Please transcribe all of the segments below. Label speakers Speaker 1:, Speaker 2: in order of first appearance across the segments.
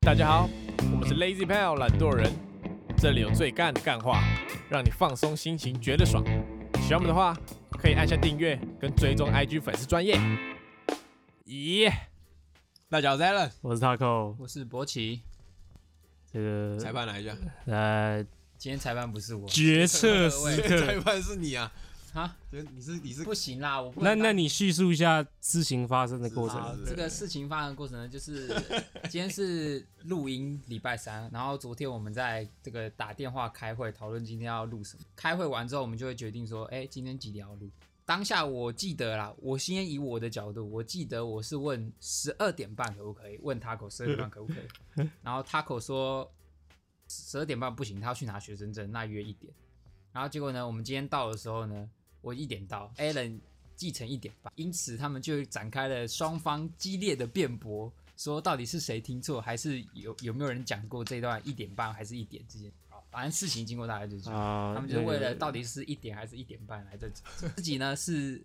Speaker 1: 大家好，我们是 Lazy Pal 懒惰人，这里有最干的干话，让你放松心情，觉得爽。喜欢我们的话，可以按下订阅跟追踪 IG 粉丝专业。咦，
Speaker 2: 大家好，我是 Allen，
Speaker 3: 我是 Taco，
Speaker 4: 我是博奇，
Speaker 3: 这
Speaker 2: 裁
Speaker 3: 个
Speaker 2: 判来一下，
Speaker 3: 呃
Speaker 4: 今天裁判不是 我
Speaker 3: 决策时刻
Speaker 2: 裁，判是你啊，
Speaker 4: 啊，
Speaker 2: 你是你是
Speaker 4: 不行啦，我不
Speaker 3: 那
Speaker 4: 能
Speaker 3: 那你叙述一下事情发生的过
Speaker 2: 是
Speaker 3: 程。
Speaker 4: 啊，这个事情发生的过程呢，就是 今天是录音礼拜三，然后昨天我们在这个打电话开会讨论今天要录什么，开会完之后我们就会决定说，哎、今天几点要录。当下我记得啦，我先以我的角度，我记得我是问十二点半可不可以，问 Taco 十二点半可不可 以，然后 Taco 说十二点半不行，他要去拿学生证，那约一点。然后结果呢，我们今天到的时候呢，我一点到，Allen 继承一点吧。因此他们就展开了双方激烈的辩驳，说到底是谁听错，还是有有没有人讲过这段一点半还是一点之间？好，反正事情经过大概就是这样。
Speaker 3: 啊，
Speaker 4: 他们就是为了到
Speaker 3: 底
Speaker 4: 底是一点还是一点半来争执，自己呢是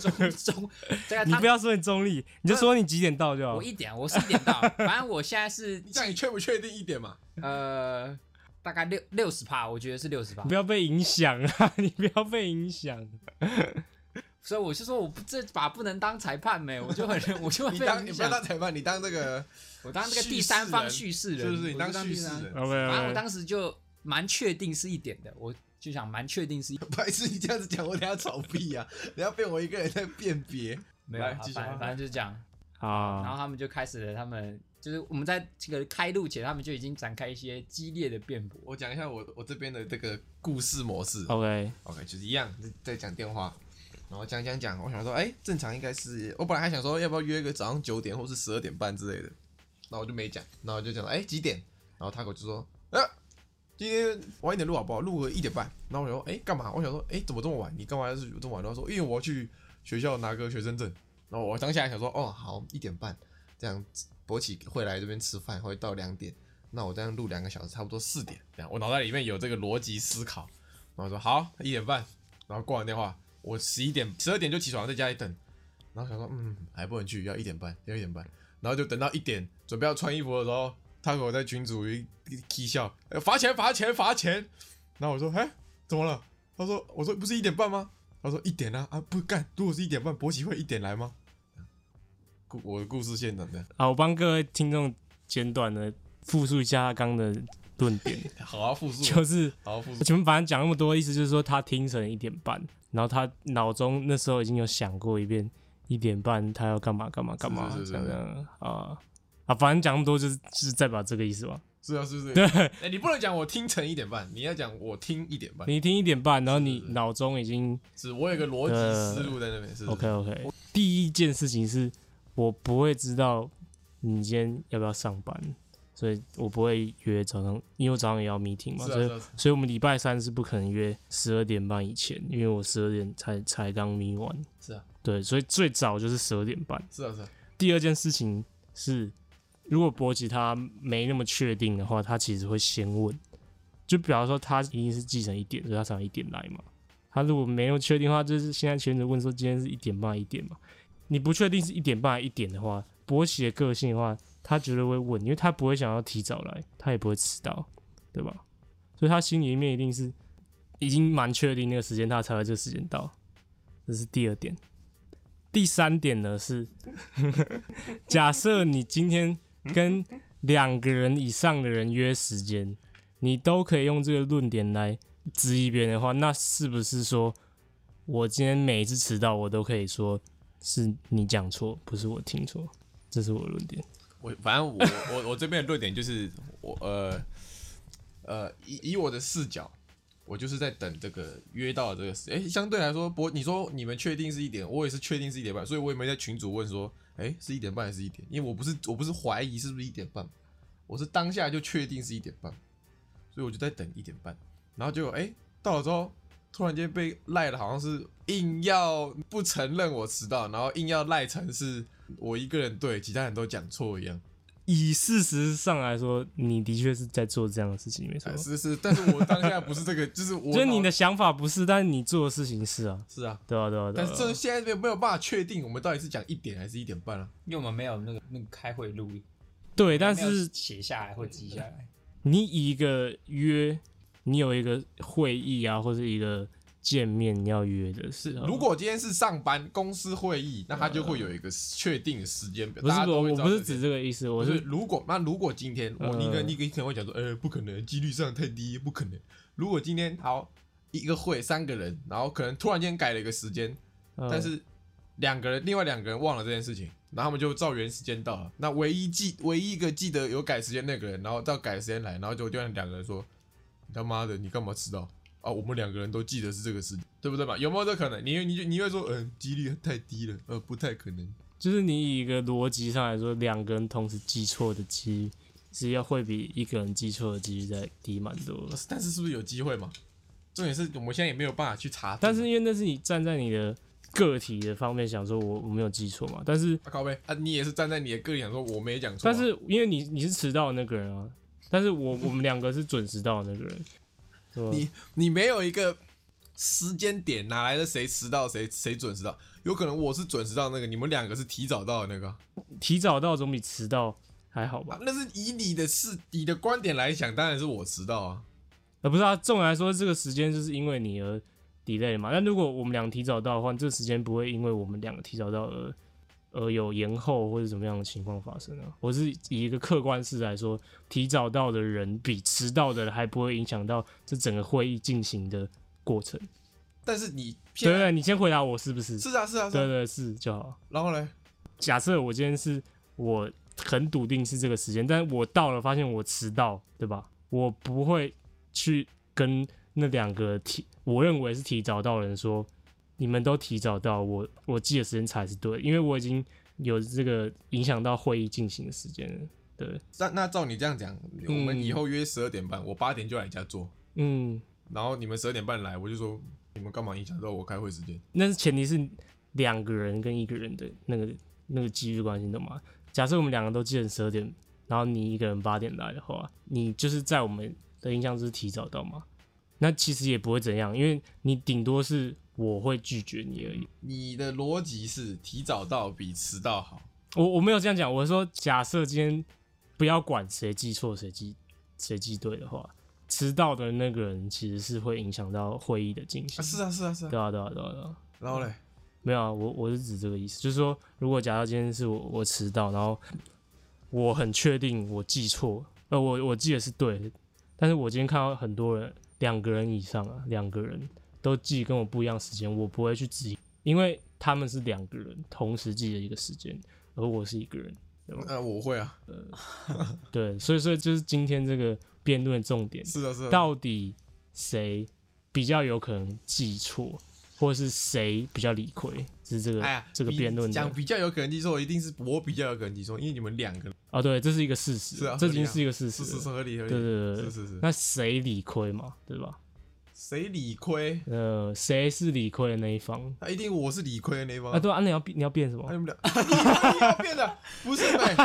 Speaker 4: 中中，这个
Speaker 3: 你
Speaker 4: 他
Speaker 3: 不要说你中立，你就说你几点到就好
Speaker 4: 我。一点，我是一点到，反正我现在是
Speaker 2: 这样，你确不确定一点嘛？
Speaker 4: 呃大概六六十趴，我觉得是六十趴
Speaker 3: 你不。要被影响啊！ 你不要被影 响。
Speaker 4: 所以我就说我不这把不能当裁判没，我就很我 就会
Speaker 2: 你
Speaker 4: 被
Speaker 2: 当
Speaker 4: 影
Speaker 2: 你不要当
Speaker 4: 响，
Speaker 2: 裁判，你当这个
Speaker 4: 我当这个第三方叙事
Speaker 2: 就
Speaker 4: 人，
Speaker 2: 是你
Speaker 4: 我
Speaker 2: 当
Speaker 4: 就
Speaker 2: 叙
Speaker 4: 第
Speaker 2: 事
Speaker 4: 三
Speaker 2: 人，啊
Speaker 3: OK，
Speaker 4: 反正我当时就蛮确定是一点的，我就想蛮确定是一
Speaker 2: 白痴，你这样子讲，我等下吵屁啊， 等下变我一个人在辨别，
Speaker 4: 没有
Speaker 2: 来
Speaker 4: 啊，
Speaker 2: 继续
Speaker 4: 反反正就是这样。然后
Speaker 3: 啊，
Speaker 4: 他们就开始了，他们就是我们在这个开录前，他们就已经展开一些激烈的辩驳。
Speaker 2: 我讲一下我我这边的这个故事模式
Speaker 3: OK，
Speaker 2: ，OK，就是一样在讲电话。然后讲讲讲，我想说，哎，正常应该是，我本来还想说要不要约个早上九点或是十二点半之类的，那我就没讲，然后我就讲，哎，几点？然后他给我就说，啊，今天晚一点录好不好？录个一点半。然后我想说，哎、干嘛？我想说，哎、怎么这么晚？你干嘛要是这么晚？然后说，因为我要去学校拿个学生证。然后我当下想说，哦，好，一点半，这样博起会来这边吃饭，会到两点。那我这样录两个小时，差不多四点。这样，我脑袋里面有这个逻辑思考。然后说好，一点半。然后挂完电话，我十一点、十二点就起床，在家里等。然后想说，嗯，还不能去，要一点半，要一点半。然后就等到一点，准备要穿衣服的时候，他给我在群组一一踢笑，呃罚钱，罚钱，罚钱。然后我说，哎，怎么了？他说，我说不是一点半吗？他说一点啊，啊不干，如果是一点半，博奇会一点来吗？故我的故事线长这样。
Speaker 3: 好，我帮各位听众简短的复述一下他刚的论 点，
Speaker 4: 嗯
Speaker 2: 好啊，复述，
Speaker 3: 就是
Speaker 2: 好啊，复述。
Speaker 3: 前面反正讲那么多，意思就是说他听成一点半，然后他脑中那时候已经有想过一遍一点半他要干嘛干嘛干嘛
Speaker 2: 是是是
Speaker 3: 这样这样啊啊，反正讲那么多就是就是再把这个意思吧。
Speaker 2: 是啊，是不是？对，哎、你不能讲我听成一点半，你要讲我听一点半，
Speaker 3: 你听一点半，然后你
Speaker 2: 是是
Speaker 3: 脑中已经
Speaker 2: 是我有个逻辑思路在那边，是不是啊
Speaker 3: OK OK。第一件事情是我不会知道你今天要不要上班，所以我不会约早上，因为我早上也要 meeting 嘛，
Speaker 2: 是啊
Speaker 3: 所以
Speaker 2: 是啊是啊
Speaker 3: 所以我们礼拜三是不可能约十二点半以前，因为我十二点才才刚 meet 完。
Speaker 2: 是啊，
Speaker 3: 对，所以最早就是十二点半。
Speaker 2: 是啊，是啊，
Speaker 3: 第二件事情是，如果博吉他没那么确定的话，他其实会先问，就比方说他一定是继承一点，所以他才一点来嘛。他如果没有确定的话，就是现在全职问说今天是一点半一点嘛，你不确定是一点半一点的话，博喜的个性的话，他绝对会问，因为他不会想要提早来，他也不会迟到，对吧？所以他心里面一定是已经蛮确定那个时间，他才会这个时间到。这是第二点。第三点呢是，假设你今天跟两个人以上的人约时间，你都可以用这个论点来质疑别人的话，那是不是说我今天每一次迟到，我都可以说是你讲错，不是我听错？这是我的论点。
Speaker 2: 我反正我我我这边的论点就是我呃呃以以我的视角，我就是在等这个约到的这个时，哎、相对来说，博你说你们确定是一点，我也是确定是一点半，所以我也没在群主问说，哎、是一点半还是一点，因为我不是我不是怀疑是不是一点半，我是当下就确定是一点半，所以我就在等一点半，然后结果哎、到了之后。突然间被赖的，好像是硬要不承认我迟到，然后硬要赖成是我一个人对，其他人都讲错一样。
Speaker 3: 以事实上来说，你的确是在做这样的事情，没错
Speaker 2: 哎。是是，但是我当下不是这个， 就是我
Speaker 3: 就是你
Speaker 2: 脑
Speaker 3: 的想法不是，但是你做的事情 是啊，
Speaker 2: 是啊，
Speaker 3: 对啊，对啊，对
Speaker 2: 但
Speaker 3: 啊。
Speaker 2: 是这现在没有没有办法确定我们到底是讲一点还是一点半啊？
Speaker 4: 因为我们没有那个那个开会录音，
Speaker 3: 对，但
Speaker 4: 没有
Speaker 3: 是
Speaker 4: 写下来或记下来，
Speaker 3: 你以一个约，你有一个会议啊，或是一个见面你要约的时候，
Speaker 2: 如果今天是上班公司会议，那他就会有一个确定的时间表。
Speaker 3: 不
Speaker 2: 大
Speaker 3: 是
Speaker 2: 家
Speaker 3: 不
Speaker 2: 都会
Speaker 3: 我
Speaker 2: 知道
Speaker 3: 不是
Speaker 2: 这
Speaker 3: 指
Speaker 2: 个
Speaker 3: 这个意思，我
Speaker 2: 不是
Speaker 3: 是
Speaker 2: 如果那如果今天我
Speaker 3: 呃
Speaker 2: 你跟你跟可能会讲说，呃，不可能，几率上太低，不可能。如果今天好一个会三个人，然后可能突然间改了一个时间，
Speaker 3: 呃
Speaker 2: 但是两个人另外两个人忘了这件事情，然后他们就照原时间到了。那唯一记唯一一个记得有改时间那个人，然后到改时间来，然后就就让两个人说，你他妈的，你干嘛迟到？啊，我们两个人都记得是这个时间，对不对嘛？有没有这可能？你你就你会说，嗯，几率太低了，呃，不太可能。
Speaker 3: 就是你以一个逻辑上来说，两个人同时记错的几率是要会比一个人记错的几率再低蛮多的。
Speaker 2: 但是是不是有机会嘛？重点是我们现在也没有办法去查证，
Speaker 3: 但是因为那是你站在你的个体的方面想说我，我没有记错嘛，但是
Speaker 2: 啊，靠背啊，你也是站在你的个人讲说，我没讲错啊、
Speaker 3: 但是因为你你是迟到的那个人啊，但是我我们两个是准时到的那个人，对吧
Speaker 2: 你你没有一个时间点，哪来的谁迟到谁谁准时到？有可能我是准时到那个，你们两个是提早到的那个啊、
Speaker 3: 提早到总比迟到还好吧
Speaker 2: 啊？那是以你的事你的观点来想，当然是我迟到啊。
Speaker 3: 呃，不是啊，纵然来说这个时间就是因为你而 delay 嘛，但如果我们俩提早到的话，这个时间不会因为我们两个提早到而而有延后或者怎么样的情况发生啊。我是以一个客观事来说，提早到的人比迟到的人还不会影响到这整个会议进行的过程。
Speaker 2: 但是你
Speaker 3: 对
Speaker 2: 现
Speaker 3: 不
Speaker 2: 在
Speaker 3: 对？你先回答我是不是？
Speaker 2: 是啊是啊是
Speaker 3: 对
Speaker 2: 啊，
Speaker 3: 对是就好。
Speaker 2: 然后嘞，
Speaker 3: 假设我今天是我很笃定是这个时间，但我到了发现我迟到，对吧？我不会去跟那两个提我认为是提早到的人说，你们都提早到，我我记的时间才是对的，因为我已经有这个影响到会议进行的时间了。对，
Speaker 2: 那那照你这样讲，我们
Speaker 3: 嗯
Speaker 2: 以后约十二点半，我八点就来你家做，
Speaker 3: 嗯，
Speaker 2: 然后你们十二点半来，我就说你们干嘛影响到我开会时间？
Speaker 3: 那是前提是两个人跟一个人的那个那个几率关系，你懂吗？假设我们两个都记得十二点，然后你一个人八点来的话，你就是在我们的印象是提早到嘛？那其实也不会怎样，因为你顶多是我会拒绝你而已。
Speaker 2: 你的逻辑是提早到比迟到好，
Speaker 3: 我我没有这样讲，我是说假设今天不要管谁记错谁记谁记对的话，迟到的那个人其实是会影响到会议的进
Speaker 2: 啊
Speaker 3: 行。
Speaker 2: 是啊是啊是啊，
Speaker 3: 对啊对啊对啊对啊。
Speaker 2: 然后嘞。
Speaker 3: 没有啊，我我是指这个意思，就是说，如果假设今天是我我迟到，然后我很确定我记错，呃，我我记得是对的，但是我今天看到很多人，两个人以上啊，两个人都记跟我不一样时间，我不会去质疑，因为他们是两个人同时记的一个时间，而我是一个人，
Speaker 2: 呃，我会啊，
Speaker 3: 对，所以说就是今天这个辩论的重点，
Speaker 2: 是啊是啊，
Speaker 3: 到底谁比较有可能记错，或是谁比较理亏，是这个、
Speaker 2: 哎呀，
Speaker 3: 这个
Speaker 2: 比
Speaker 3: 辩论的
Speaker 2: 讲比较有可能记错，一定是我比较有可能记错，因为你们两个
Speaker 3: 哦，对，这是一个事实，
Speaker 2: 是啊
Speaker 3: 这
Speaker 2: 合
Speaker 3: 已
Speaker 2: 理
Speaker 3: 经
Speaker 2: 啊
Speaker 3: 是一个事实
Speaker 2: 是
Speaker 3: 了，
Speaker 2: 是是合理合
Speaker 3: 对
Speaker 2: 理，
Speaker 3: 对对
Speaker 2: 是
Speaker 3: 对
Speaker 2: 是是，
Speaker 3: 那谁理亏嘛，对吧？
Speaker 2: 谁理亏？啊
Speaker 3: 呃，谁是理亏的那一方？
Speaker 2: 那一定我是理亏的那一方
Speaker 3: 啊， 对啊，那你要变你要变什
Speaker 2: 啊
Speaker 3: 么？
Speaker 2: 你们俩，你要变的不是呗？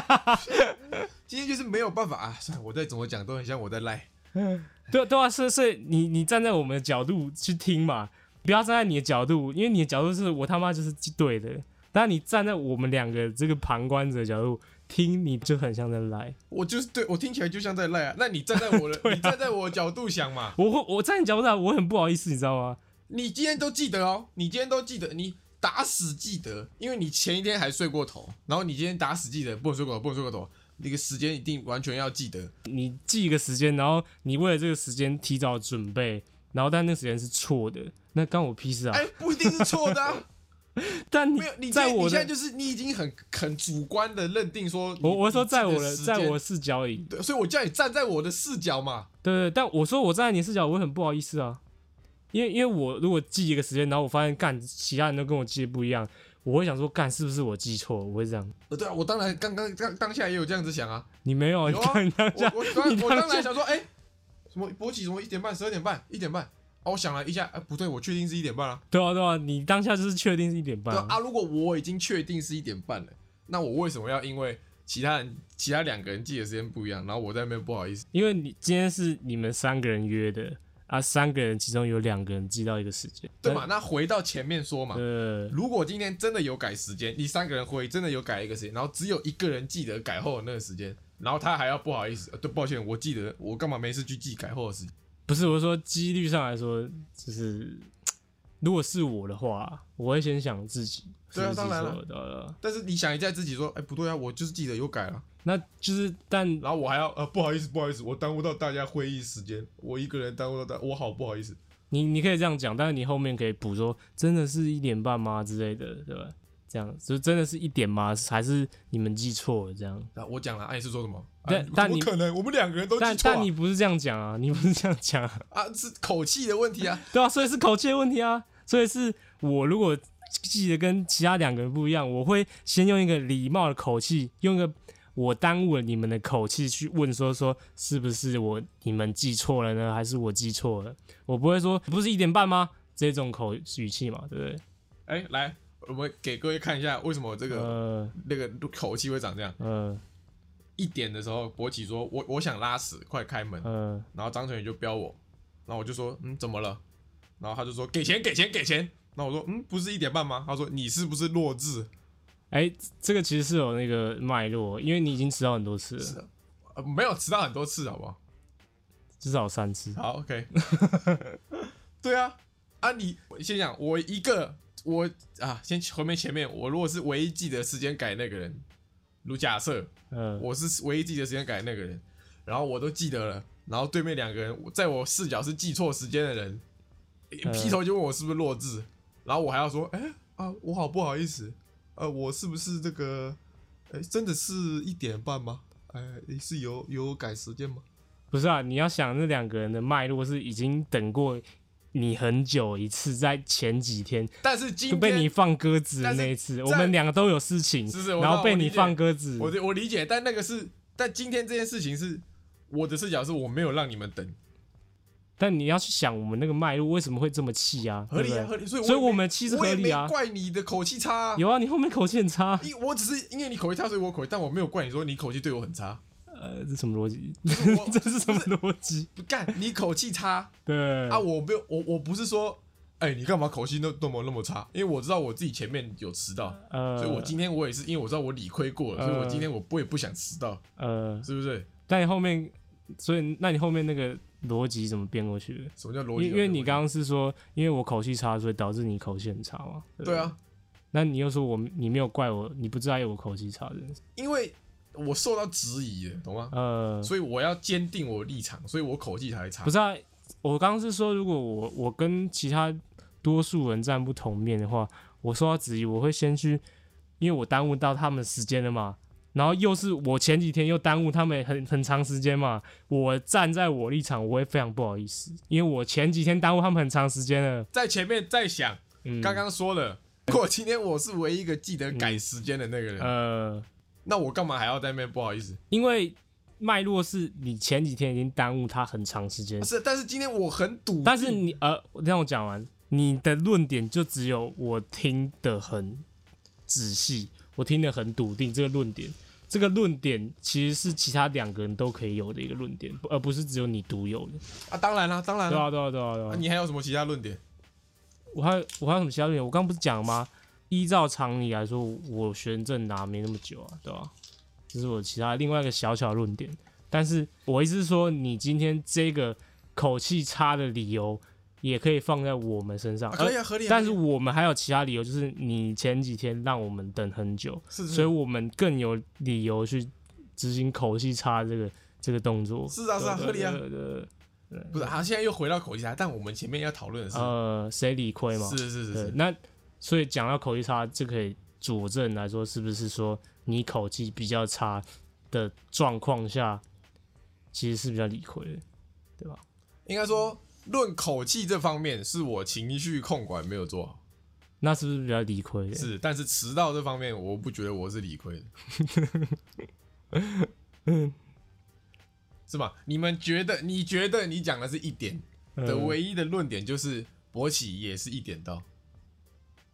Speaker 2: 今天就是没有办法啊，算了，我再怎么讲都很像我在赖，
Speaker 3: 对啊对啊，是是，你你站在我们的角度去听嘛，不要站在你的角度，因为你的角度是我他妈就是对的，但你站在我们两个这个旁观者的角度听，你就很像在赖。
Speaker 2: 我就是对我听起来就像在赖啊。那你站在 我的，你站在我的角度想嘛，
Speaker 3: 我会我站你角度上，我很不好意思，你知道吗？
Speaker 2: 你今天都记得哦，你今天都记得，你打死记得，因为你前一天还睡过头，然后你今天打死记得，不能睡过头，不能睡过头，那个时间一定完全要记得。
Speaker 3: 你记一个时间，然后你为了这个时间提早准备，然后但那个时间是错的，那干我屁事啊！
Speaker 2: 哎、不一定是错 的、啊，
Speaker 3: 但你
Speaker 2: 没有你
Speaker 3: 在
Speaker 2: 现你
Speaker 3: 我
Speaker 2: 现在
Speaker 3: 的，
Speaker 2: 就是你已经很很主观的认定说你，
Speaker 3: 我我说
Speaker 2: 你记得
Speaker 3: 在我的，
Speaker 2: 时
Speaker 3: 在
Speaker 2: 间
Speaker 3: 我视角里，
Speaker 2: 对，所以我叫你站在我的视角嘛，
Speaker 3: 对对，但我说我站在你视角，我会很不好意思啊，因为因为我如果记一个时间，然后我发现干其他人都跟我记的不一样，我会想说干是不是我记错了？我会这样，
Speaker 2: 呃，对啊，我当然刚刚当当下也有这样子 想啊，
Speaker 3: 你没有，
Speaker 2: 有
Speaker 3: 你
Speaker 2: 啊
Speaker 3: 看你当
Speaker 2: 我
Speaker 3: 下，
Speaker 2: 我当
Speaker 3: 你
Speaker 2: 然我当
Speaker 3: 当下
Speaker 2: 然想说，哎、什么勃起什么一点半、十二点半、一点半，哦，我想了一下，啊，不对，我确定是一点半啊，
Speaker 3: 对啊对啊，你当下就是确定是一点
Speaker 2: 对
Speaker 3: 半
Speaker 2: 啊
Speaker 3: 啊，
Speaker 2: 啊，如果我已经确定是一点半了，那我为什么要因为其他人其他两个人记的时间不一样，然后我在那边不好意思？
Speaker 3: 因为你今天是你们三个人约的啊，三个人其中有两个人记到一个时间，
Speaker 2: 对嘛？那回到前面说嘛，
Speaker 3: 呃，
Speaker 2: 如果今天真的有改时间，你三个人会真的有改一个时间，然后只有一个人记得改后的那个时间，然后他还要不好意思，呃对，抱歉，我记得我干嘛没事去记改后的事情？
Speaker 3: 不是，我是说几率上来说，就是如果是我的话，我会先想自己是
Speaker 2: 对啊
Speaker 3: 不是
Speaker 2: 当然了
Speaker 3: 错的啊了。
Speaker 2: 但是你想一下自己说，哎、不对啊，我就是记得有改了，
Speaker 3: 那就是，但
Speaker 2: 然后我还要呃，不好意思，不好意思，我耽误到大家会议时间，我一个人耽误到大，我好不好意思。
Speaker 3: 你你可以这样讲，但是你后面可以补说，真的是一点半吗之类的，对吧？这样就真的是一点吗？还是你们记错了这样？
Speaker 2: 啊，我讲了，啊，你是说什么？
Speaker 3: 但
Speaker 2: 啊、
Speaker 3: 但
Speaker 2: 怎么
Speaker 3: 你
Speaker 2: 可能，我们两个人都
Speaker 3: 但
Speaker 2: 记错、啊
Speaker 3: 但你不是这样讲啊，你不是这样讲、啊，
Speaker 2: 啊，是口气的问题啊。
Speaker 3: 对啊，所以是口气的问题啊，所以是我如果记得跟其他两个人不一样，我会先用一个礼貌的口气，用一个我耽误了你们的口气去问说说是不是我你们记错了呢，还是我记错了？我不会说不是一点半吗？这种口语气嘛，对不对？
Speaker 2: 哎、来，我们给各位看一下为什么这个、
Speaker 3: 呃
Speaker 2: 那个口气会长这样。
Speaker 3: 呃
Speaker 2: 一点的时候，博奇说：“我我想拉屎，快开门。
Speaker 3: 呃，
Speaker 2: 然后张成宇就飙我，然后我就说：“嗯，怎么了？”然后他就说：“给钱，给钱，给钱。”那我说：“嗯，不是一点半吗？”他说：“你是不是弱智
Speaker 3: 哎、这个其实是有那个脉络，因为你已经迟到很多次了，？”
Speaker 2: 呃，没有迟到很多次，好不好？
Speaker 3: 至少三次。
Speaker 2: 好，OK。对啊，啊你，先讲我一个，我啊，先回面前面，我如果是唯一记得时间改那个人，如假设
Speaker 3: 嗯、
Speaker 2: 我是唯一记得时间改那个人，然后我都记得了，然后对面两个人，我在我视角是记错时间的人，一
Speaker 3: 呃
Speaker 2: 劈头就问我是不是弱智，然后我还要说，哎、啊，我好不好意思，呃，我是不是这个，哎、真的是一点半吗？哎、是有有改时间吗？
Speaker 3: 不是啊，你要想那两个人的脉络是已经等过你很久一次，在前几天
Speaker 2: 但是今
Speaker 3: 就
Speaker 2: 天
Speaker 3: 被你放鸽子的
Speaker 2: 但是
Speaker 3: 那一次，
Speaker 2: 在
Speaker 3: 我们两个都有事情，
Speaker 2: 是是我
Speaker 3: 然
Speaker 2: 知道
Speaker 3: 后被
Speaker 2: 我理
Speaker 3: 你
Speaker 2: 解
Speaker 3: 放鸽子，
Speaker 2: 我我理解，但那个是，但今天这件事情是我的视角是我没有让你们等，
Speaker 3: 但你要去想我们那个脉络为什么会这么气啊，
Speaker 2: 合理
Speaker 3: 对
Speaker 2: 啊，
Speaker 3: 不
Speaker 2: 合
Speaker 3: 对？
Speaker 2: 理，所以
Speaker 3: 所以
Speaker 2: 我也
Speaker 3: 我
Speaker 2: 没
Speaker 3: 们其实合理
Speaker 2: 我也没
Speaker 3: 啊。
Speaker 2: 怪你的口气差、啊，
Speaker 3: 有啊，你后面口气很差，
Speaker 2: 因我只是因为你口气差，所以我口气，但我没有怪你说你口气对我很差。
Speaker 3: 呃，这什么逻辑？
Speaker 2: 我
Speaker 3: 这是什么逻辑？
Speaker 2: 不干，你口气差
Speaker 3: 对
Speaker 2: 啊！我没有，我我不是说，哎、你干嘛口气那那么那么差？因为我知道我自己前面有迟到，
Speaker 3: 呃，
Speaker 2: 所以我今天我也是，因为我知道我理亏过
Speaker 3: 嗯
Speaker 2: 了，所以我今天我不我也不想迟到，
Speaker 3: 呃，
Speaker 2: 是不是？
Speaker 3: 但你后面，所以那你后面那个逻辑怎么变过去的？
Speaker 2: 什么叫逻辑？
Speaker 3: 因因为你刚刚是说，因为我口气差，所以导致你口气很差嘛？对不
Speaker 2: 对啊，，
Speaker 3: 那你又说我你没有怪我，你不在意我口气差这件事。
Speaker 2: 因为我受到质疑了，懂吗？
Speaker 3: 呃，
Speaker 2: 所以我要坚定我的立场，所以我口气才会差
Speaker 3: 不。是啊，我刚刚是说，如果我我跟其他多数人站不同面的话，我受到质疑，我会先去，因为我耽误到他们时间了嘛。然后又是我前几天又耽误他们很 很长时间嘛，我站在我立场，我会非常不好意思，因为我前几天耽误他们很长时间了。
Speaker 2: 在前面在想，
Speaker 3: 嗯，
Speaker 2: 刚刚说了，如果今天我是唯一一个记得改时间的那个人，
Speaker 3: 呃，
Speaker 2: 那我干嘛还要在那边不好意思？
Speaker 3: 因为脉络是你前几天已经耽误他很长时间，
Speaker 2: 是，但是今天我很笃
Speaker 3: 嗯
Speaker 2: 定，
Speaker 3: 但是你呃，让我讲完，你的论点就只有我听得很仔细，我听得很笃定这个论点。这个论点其实是其他两个人都可以有的一个论点，不呃而不是只有你独有的。
Speaker 2: 啊，当然啦、当然
Speaker 3: 对
Speaker 2: 啦、
Speaker 3: 啊，对啊，对啊，对
Speaker 2: 啊
Speaker 3: 啊。
Speaker 2: 你还有什么其他论点？
Speaker 3: 我还有我还有什么其他论点？我刚不是讲了吗？依照常理来说，我学生证拿没那么久啊，对吧、这是我其他另外一个小小的论点。但是我意思是说，你今天这个口气差的理由，也可以放在我们身上。
Speaker 2: 啊，可以啊，合理啊。
Speaker 3: 呃但是
Speaker 2: 合理啊
Speaker 3: 我们还有其他理由，就是你前几天让我们等很久，
Speaker 2: 是是
Speaker 3: 所以我们更有理由去执行口气差这个这个动作。
Speaker 2: 是啊是啊，
Speaker 3: 对
Speaker 2: 合理啊。
Speaker 3: 对对对
Speaker 2: 不是啊，现在又回到口气差，但我们前面要讨论的是，
Speaker 3: 呃，谁理亏嘛？
Speaker 2: 是是是是
Speaker 3: 对，
Speaker 2: 是，
Speaker 3: 那所以讲到口气差，这可以佐证来说，是不是说你口气比较差的状况下，其实是比较理亏的，对吧？
Speaker 2: 应该说论口气这方面是我情绪控管没有做好，
Speaker 3: 那是不是比较理亏的？
Speaker 2: 是，但是迟到这方面我不觉得我是理亏的， 是吧？你们觉得？你觉得你讲的是一点的
Speaker 3: 呃
Speaker 2: 唯一的论点就是博起也是一点到，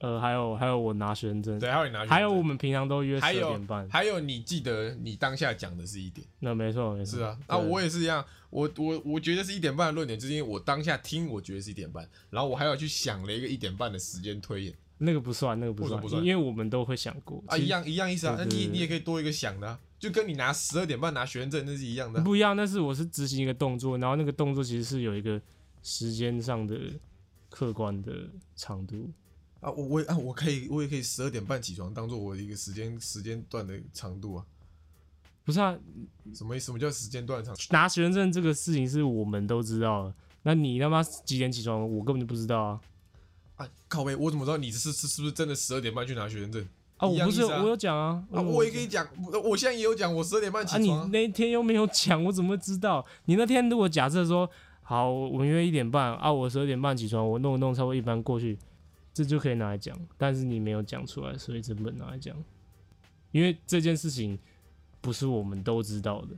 Speaker 3: 呃，还有还有我拿学生证，
Speaker 2: 对，还有你拿去
Speaker 3: 还有我们平常都约
Speaker 2: 还
Speaker 3: 十
Speaker 2: 有
Speaker 3: 点半，
Speaker 2: 还有你记得你当下讲的是一点，
Speaker 3: 那没错没错，
Speaker 2: 是啊，啊
Speaker 3: 对
Speaker 2: 我也是一样，我我我觉得是一点半的论点，就是因为我当下听我觉得是一点半，然后我还要去想了一个一点半的时间推演
Speaker 3: 那个不算，那个
Speaker 2: 为
Speaker 3: 不
Speaker 2: 什
Speaker 3: 算，
Speaker 2: 么不算
Speaker 3: 因为我们都会想过
Speaker 2: 啊，
Speaker 3: 其实
Speaker 2: 一样一样意思啊，那
Speaker 3: 对对
Speaker 2: 你
Speaker 3: 对
Speaker 2: 你也可以多一个想的啊，就跟你拿十二点半拿学生证那是一样的啊。
Speaker 3: 不一样，但是我是执行一个动作，然后那个动作其实是有一个时间上的客观的长度。
Speaker 2: 啊，我我啊，我可以，我也可以十二点半起床，当做我的一个时间时间段的长度啊。
Speaker 3: 不是啊，
Speaker 4: 嗯
Speaker 2: 什么什么叫时间段长？
Speaker 3: 拿学生证这个事情是我们都知道的，那你他妈几点起床，我根本就不知道啊！
Speaker 2: 啊，靠背，我怎么知道你是是是不是真的十二点半去拿学生证？
Speaker 3: 啊，
Speaker 2: 一
Speaker 3: 我
Speaker 2: 样
Speaker 3: 不
Speaker 2: 意
Speaker 3: 是，
Speaker 2: 思啊
Speaker 3: 我有讲啊，
Speaker 4: 嗯
Speaker 2: 啊，
Speaker 3: 有
Speaker 2: 我也跟你讲，我我现在也有讲，我十二点半
Speaker 3: 啊，
Speaker 2: 起
Speaker 3: 你
Speaker 2: 床啊。
Speaker 3: 那天又没有讲，我怎么会知道？ 你那天如果假设说，好，我们约一点半啊，我十二点半起床，我弄一弄，差不多一般过去，这就可以拿来讲。但是你没有讲出来，所以这不能拿来讲，因为这件事情不是我们都知道的。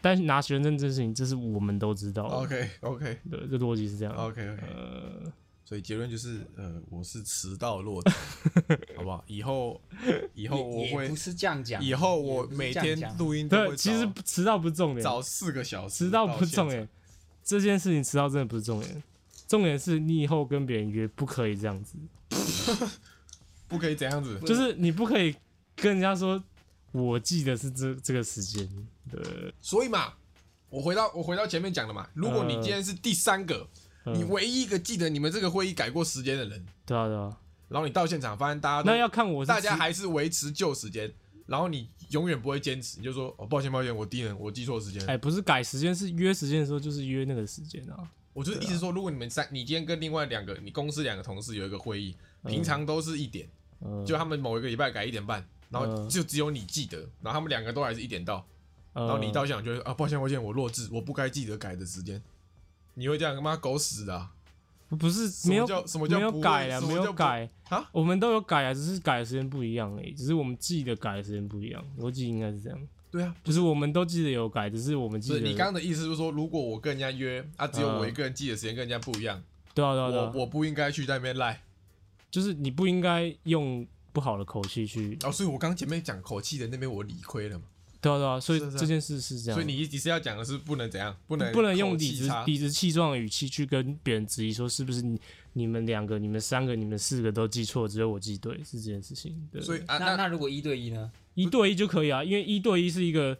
Speaker 3: 但是拿学生证这件事情，这是我们都知道的。
Speaker 2: OK OK
Speaker 3: 对，这逻辑是这样的。
Speaker 2: OK OK，
Speaker 3: 呃，
Speaker 2: 所以结论就是，呃，我是迟到 落枕，好不好？以后以后哦我
Speaker 4: 也也
Speaker 2: 会
Speaker 4: 不，是这样讲，啊
Speaker 2: 以后
Speaker 4: 也
Speaker 2: 我
Speaker 4: 不是
Speaker 2: 每
Speaker 4: 这样
Speaker 2: 天
Speaker 4: 讲啊
Speaker 2: 录音都
Speaker 3: 对，
Speaker 2: 会
Speaker 3: 其实
Speaker 2: 早
Speaker 3: 迟到不是重点，
Speaker 2: 早四个小时，
Speaker 3: 迟到不是重
Speaker 4: 欸
Speaker 2: 哎
Speaker 3: 点，，这件事情迟到真的不是重点，重点是你以后跟别人约不可以这样子，
Speaker 2: 不可以怎样子。
Speaker 3: 就是你不可以跟人家说我记得是这这个时间，对，
Speaker 2: 所以嘛，我回到我回到前面讲的嘛，如果你今天是第三个，
Speaker 3: 嗯
Speaker 2: 你唯一一个记得你们这个会议改过时间的人，
Speaker 3: 对啊对啊，
Speaker 2: 然后你到现场发现大家都
Speaker 3: 那要看我是
Speaker 2: 啊大家
Speaker 3: 迟
Speaker 2: 还是维持旧时间，然后你永远不会坚持，你就说哦，抱歉抱歉，我低人，我记错时间。
Speaker 3: 哎、不是改时间，是约时间的时候就是约那个时间啊，
Speaker 2: 我就是一直说，如果你们三，你今天跟另外两个，你公司两个同事有一个会议，
Speaker 3: 嗯
Speaker 2: 平常都是一点，
Speaker 3: 呃
Speaker 2: 就他们某一个礼拜改一点半，然后
Speaker 3: 嗯
Speaker 2: 就只有你记得，然后他们两个都还是一点到，
Speaker 3: 然
Speaker 2: 然后你到现场就会说啊，抱歉抱歉，我弱智，我不该记得改的时间，你会这样他妈狗屎的啊！
Speaker 3: 不是没有
Speaker 2: 什么叫什么叫
Speaker 3: 没有
Speaker 2: 不会
Speaker 3: 改啊，
Speaker 2: 什么
Speaker 3: 没
Speaker 2: 叫
Speaker 3: 有
Speaker 2: 不
Speaker 3: 改
Speaker 2: 啊
Speaker 3: 我们都有改啊，只是改的时间不一样而已，只是我们记得改的时间不一样，逻辑应该是这样。
Speaker 2: 对啊，
Speaker 3: 就是我们都记得有改，只是我们记
Speaker 2: 所
Speaker 3: 得
Speaker 2: 以你刚刚的意思就是说，如果我跟人家约啊，只有
Speaker 3: 嗯
Speaker 2: 我一个人记的时间跟人家不一样，
Speaker 3: 对啊对啊对
Speaker 2: 我
Speaker 3: 啊，
Speaker 2: 我不应该去在那边赖
Speaker 3: 就是你不应该用不好的口气去，
Speaker 2: 哦。所以我刚前面讲口气的那边我理亏了嘛，
Speaker 3: 对啊对啊，所以
Speaker 2: 是是
Speaker 3: 这件事是这样，
Speaker 2: 所以你你是要讲的是不能怎样，不能
Speaker 3: 不能用
Speaker 2: 口气
Speaker 3: 理直
Speaker 2: 差
Speaker 3: 理直气壮的语气去跟别人质疑说是不是你你们两个、你们三个、你们四个都记错，只有我记对，是这件事情。对，
Speaker 2: 所以啊
Speaker 4: 那
Speaker 2: 那
Speaker 4: 那如果一对一呢？
Speaker 3: 一对一就可以啊，因为一对一是一个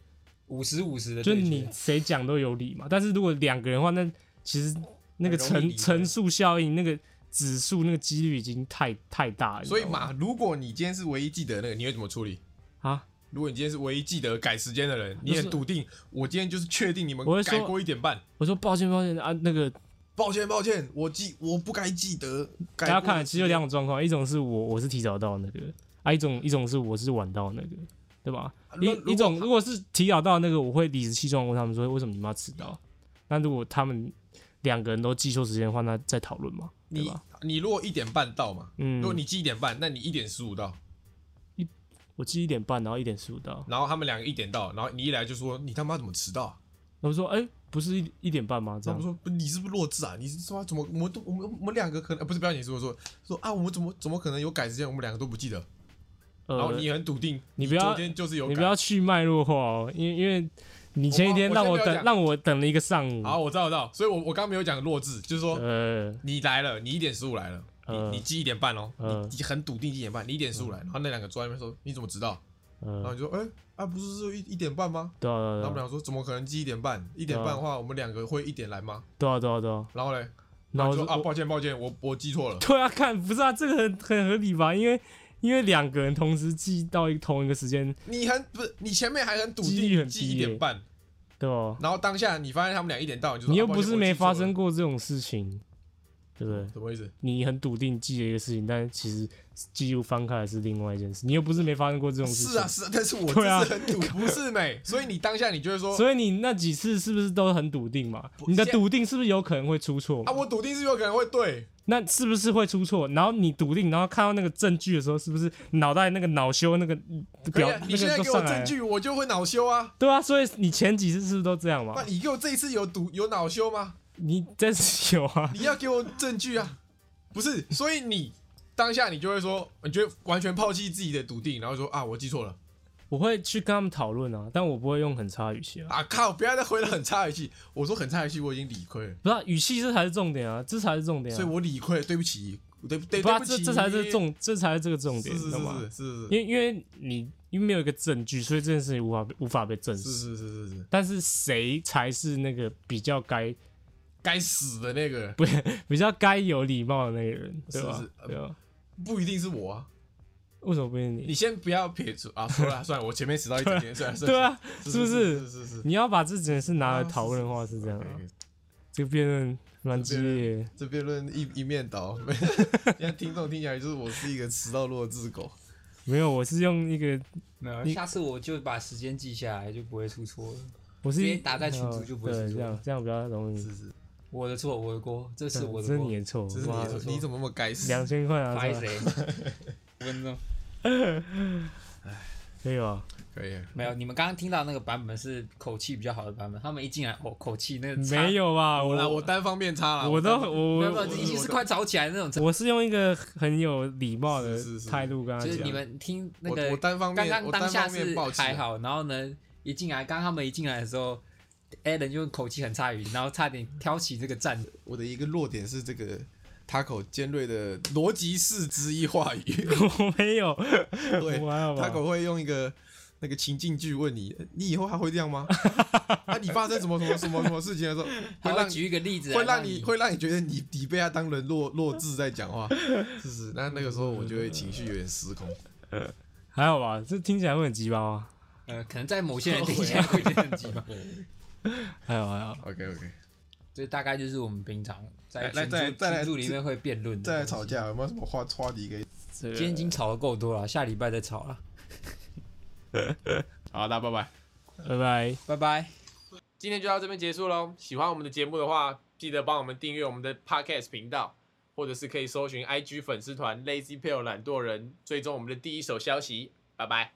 Speaker 4: 五十五十的
Speaker 3: 就是
Speaker 4: 对决，
Speaker 3: 你谁讲都有理嘛，但是如果两个人的话，那其实那个
Speaker 2: 很容易
Speaker 3: 乘
Speaker 2: 理解
Speaker 3: 乘数效应那个。指数那个几率已经太太大了，
Speaker 2: 所以
Speaker 3: 你知道吗
Speaker 2: 嘛，如果你今天是唯一记得那个，你会怎么处理？
Speaker 3: 啊，
Speaker 2: 如果你今天是唯一记得改时间的人，你很笃定，我今天就是确定你们
Speaker 3: 我会说
Speaker 2: 改过一点半。
Speaker 3: 我说抱歉抱歉啊，那个
Speaker 2: 抱歉，抱歉，我记我不该记得改
Speaker 3: 大家
Speaker 2: 过的时间。
Speaker 3: 看，其实有两种状况，一种是我我是提早到那个，啊，一种一种是我是晚到那个，对吧？
Speaker 2: 啊如如
Speaker 3: 一
Speaker 2: 果
Speaker 3: 一种如果是提早到那个，我会理直气壮地问他们说，为什么你们要迟到？那如果他们两个人都记错时间的话，那再讨论嘛，对
Speaker 2: 你
Speaker 3: 吧？
Speaker 2: 你如果一点半到嘛，
Speaker 3: 嗯
Speaker 2: 如果你记一点半，那你一点十五到，
Speaker 3: 我记一点半，然后一点十五到，
Speaker 2: 然后他们两个一点到，然后你一来就说你他妈怎么迟到啊？
Speaker 3: 然后说，哎、不是一一点半吗？这
Speaker 2: 他们
Speaker 3: 样，
Speaker 2: 说不你是不是弱智啊？你是说怎么我们都我们我们两个可能、呃不是不要你说说说啊，我们怎么怎么可能有改时间？我们两个都不记得，然后
Speaker 3: 呃，
Speaker 2: 你很笃定，
Speaker 3: 你不要
Speaker 2: 昨天就是有
Speaker 3: 你
Speaker 2: 改。
Speaker 3: 不要去脉络化哦，因为因为你前一天
Speaker 2: 我
Speaker 3: 让
Speaker 2: 我
Speaker 3: 我
Speaker 2: 先不要
Speaker 3: 等
Speaker 2: 讲
Speaker 3: 让我等了一个上午，
Speaker 2: 好，我知道我知道，所以我我刚没有讲弱智，就是说
Speaker 3: 呃，
Speaker 2: 你来了，你一点十五来了，
Speaker 3: 呃
Speaker 2: 你你记一点半哦，
Speaker 3: 呃
Speaker 2: 你你很笃定一点半，你一点十五来，然后那两个坐在那边说你怎么知道？然后
Speaker 3: 呃，
Speaker 2: 你说哎啊不是说一一点半吗？
Speaker 3: 对啊
Speaker 2: 然后我们
Speaker 3: 对啊
Speaker 2: 俩说怎么可能记一点半？一点半的话，我们两个会一点来吗？
Speaker 3: 对啊对啊对啊，
Speaker 2: 然后嘞，
Speaker 3: 然后
Speaker 2: 就说啊
Speaker 3: 我
Speaker 2: 抱歉抱歉，我我记错了。
Speaker 3: 对啊，看不是啊，这个很很合理吧？因为因为两个人同时记到一同一个时间，
Speaker 2: 你很不是你前面还很笃
Speaker 3: 记忆
Speaker 2: 定
Speaker 3: 很
Speaker 2: 记一
Speaker 3: 低耶
Speaker 2: 点半，
Speaker 3: 对吧？
Speaker 2: 然后当下你发现他们俩一点到，你就说
Speaker 3: 你又
Speaker 2: 啊抱
Speaker 3: 不
Speaker 2: 歉
Speaker 3: 是
Speaker 2: 我
Speaker 3: 没
Speaker 2: 记错
Speaker 3: 发
Speaker 2: 了嗯
Speaker 3: 生过这种事情，对不对？
Speaker 2: 什么意思？
Speaker 3: 你很笃定记了一个事情，但其实记录翻开来是另外一件事。你又不是没发生过这种事情，
Speaker 2: 是啊是啊，但是我就
Speaker 3: 对啊
Speaker 2: 是很笃不是美，所以你当下你就会说
Speaker 3: 所以你那几次是不是都很笃定嘛？你的
Speaker 2: 啊现在
Speaker 3: 笃定是不是有可能会出错嘛？
Speaker 2: 啊，我笃定是有可能会对，
Speaker 3: 那是不是会出错？然后你笃定，然后看到那个证据的时候，是不是脑袋那个恼羞那个
Speaker 2: 可以
Speaker 3: 表、
Speaker 2: 啊，你
Speaker 3: 那
Speaker 2: 现
Speaker 3: 个
Speaker 2: 在
Speaker 3: 都
Speaker 2: 给我
Speaker 3: 上来
Speaker 2: 证
Speaker 3: 了？
Speaker 2: 据，我就会恼羞啊。
Speaker 3: 对啊，所以你前几次是不是都这样嘛
Speaker 2: 那？你给我这一次有赌有恼羞吗？
Speaker 3: 你真是有啊，
Speaker 2: 你要给我证据啊！不是，所以你当下你就会说，你就会完全抛弃自己的笃定，然后说啊，我记错了
Speaker 3: 我会去跟他们讨论啊，但我不会用很差的语气啊。
Speaker 2: 啊！靠，不要再回了很差的语气。我说很差的语气，我已经理亏了，
Speaker 3: 不是啊、语气这才是重点啊，这才是重点、啊。
Speaker 2: 所以我理亏了，对不起，对对
Speaker 3: 不啊，
Speaker 2: 对不
Speaker 3: 这
Speaker 2: 起，
Speaker 3: 这才是重，这才是这个重
Speaker 2: 是
Speaker 3: 点，
Speaker 2: 是
Speaker 3: 知道吗？
Speaker 2: 是是
Speaker 3: 因为因为你因为没有一个证据，所以这件事情无法被无法被证
Speaker 2: 是
Speaker 3: 实。
Speaker 2: 是是是是，
Speaker 3: 但是谁才是那个比较该
Speaker 2: 该死的那个
Speaker 3: 不比较该有礼貌的那个人，对吧？
Speaker 2: 是是呃
Speaker 3: 对吧？
Speaker 2: 不一定是我啊！
Speaker 3: 为什么不是
Speaker 2: 你
Speaker 3: 你？
Speaker 2: 先不要撇除啊，算了算 了，我前面迟到一整天，算了 算了，
Speaker 3: 对啊，
Speaker 2: 是
Speaker 3: 是不
Speaker 2: 是
Speaker 3: 是
Speaker 2: 是是是，
Speaker 3: 你要把这件事拿来
Speaker 2: 啊
Speaker 3: 讨论的话是这样啊，
Speaker 2: OK，OK，
Speaker 3: 这个辩论蛮激烈的。
Speaker 2: 这辩论一一面 倒， 现在听众听起来就是我是一个迟到落智狗。
Speaker 3: 没有，我是用一个，
Speaker 4: 没有，
Speaker 3: 你
Speaker 4: 下次我就把时间记下来，就不会出错了。
Speaker 3: 我是
Speaker 4: 直接打在群组
Speaker 3: 哦
Speaker 4: 就不会
Speaker 3: 对
Speaker 4: 出
Speaker 3: 这样
Speaker 4: 错
Speaker 3: 这样比较容易。
Speaker 2: 是是，
Speaker 4: 我的错，我的锅，这是我
Speaker 3: 嗯
Speaker 4: 的
Speaker 3: 这是
Speaker 4: 锅
Speaker 3: 你。的错，
Speaker 2: 这是
Speaker 3: 妈
Speaker 2: 你
Speaker 3: 的
Speaker 2: 的
Speaker 4: 错
Speaker 2: 你怎么那么该死？
Speaker 3: 两千块啊，
Speaker 4: 拍
Speaker 3: 是吧
Speaker 4: 谁？五分钟
Speaker 3: 可以吧？
Speaker 2: 可以，啊
Speaker 4: 没有，你们刚刚听到那个版本是口气比较好的版本，他们一进来哦，口气那个差
Speaker 3: 没，有吧？
Speaker 2: 我
Speaker 3: 我
Speaker 2: 啦，我单方面差了，
Speaker 3: 我都
Speaker 2: 单方
Speaker 3: 我
Speaker 4: 没有没有，
Speaker 2: 我
Speaker 4: 已经是快吵起来的那种程
Speaker 3: 我是用一个很有礼貌的
Speaker 2: 是是是
Speaker 3: 态度跟他
Speaker 4: 度，就
Speaker 3: 讲，
Speaker 4: 是你们听那
Speaker 2: 我
Speaker 4: 个
Speaker 2: 我单方
Speaker 4: 刚
Speaker 2: 面，
Speaker 4: 刚
Speaker 2: 我
Speaker 4: 当
Speaker 2: 单
Speaker 4: 下
Speaker 2: 方面
Speaker 4: 是
Speaker 2: 抱歉
Speaker 4: 还，好，然后呢，一进来，刚刚他们一进来的时候 a l a n 就用口气很差语，然后差点挑起这个战。
Speaker 2: 我的一个弱点是这个 Taco 尖锐的逻辑式之一话语，
Speaker 3: 我没有，
Speaker 2: 对
Speaker 3: 我还好吧？
Speaker 2: ，Taco 会用一个那个情境剧问你，你以后还会这 样吗？啊，你发生什么什么什么什么事情的时候，
Speaker 4: 他
Speaker 2: 会
Speaker 4: 会
Speaker 2: 让
Speaker 4: 举一个例子来
Speaker 2: 会让
Speaker 4: 你
Speaker 2: 你会让你觉得你你被他当人弱弱智在讲话，是是，那那个时候我就会情绪有点失控，
Speaker 3: 还好吧？这听起来会很鸡巴啊？
Speaker 4: 呃，可能在某 些人听
Speaker 2: 啊
Speaker 4: 起来会有点鸡吧。
Speaker 3: 还好还好，
Speaker 2: OK OK，
Speaker 4: 这大概就是我们平常在
Speaker 2: 来来再来
Speaker 4: 群组
Speaker 2: 再来
Speaker 4: 群组里面会辩论的
Speaker 2: 再来
Speaker 4: 东
Speaker 2: 吵
Speaker 4: 西。
Speaker 2: 架有没有什么话话题可以？
Speaker 3: 这个
Speaker 4: 今天已经吵得够多了，下礼拜再吵了，
Speaker 1: 好，大家拜拜。
Speaker 3: 拜拜。
Speaker 4: 拜拜。
Speaker 1: 今天就到这边结束喽。喜欢我们的节目的话，记得帮我们订阅我们的 Podcast 频道，或者是可以搜寻 IG 粉丝团 Lazy p a l e 懒惰人，追踪我们的第一手消息。拜拜。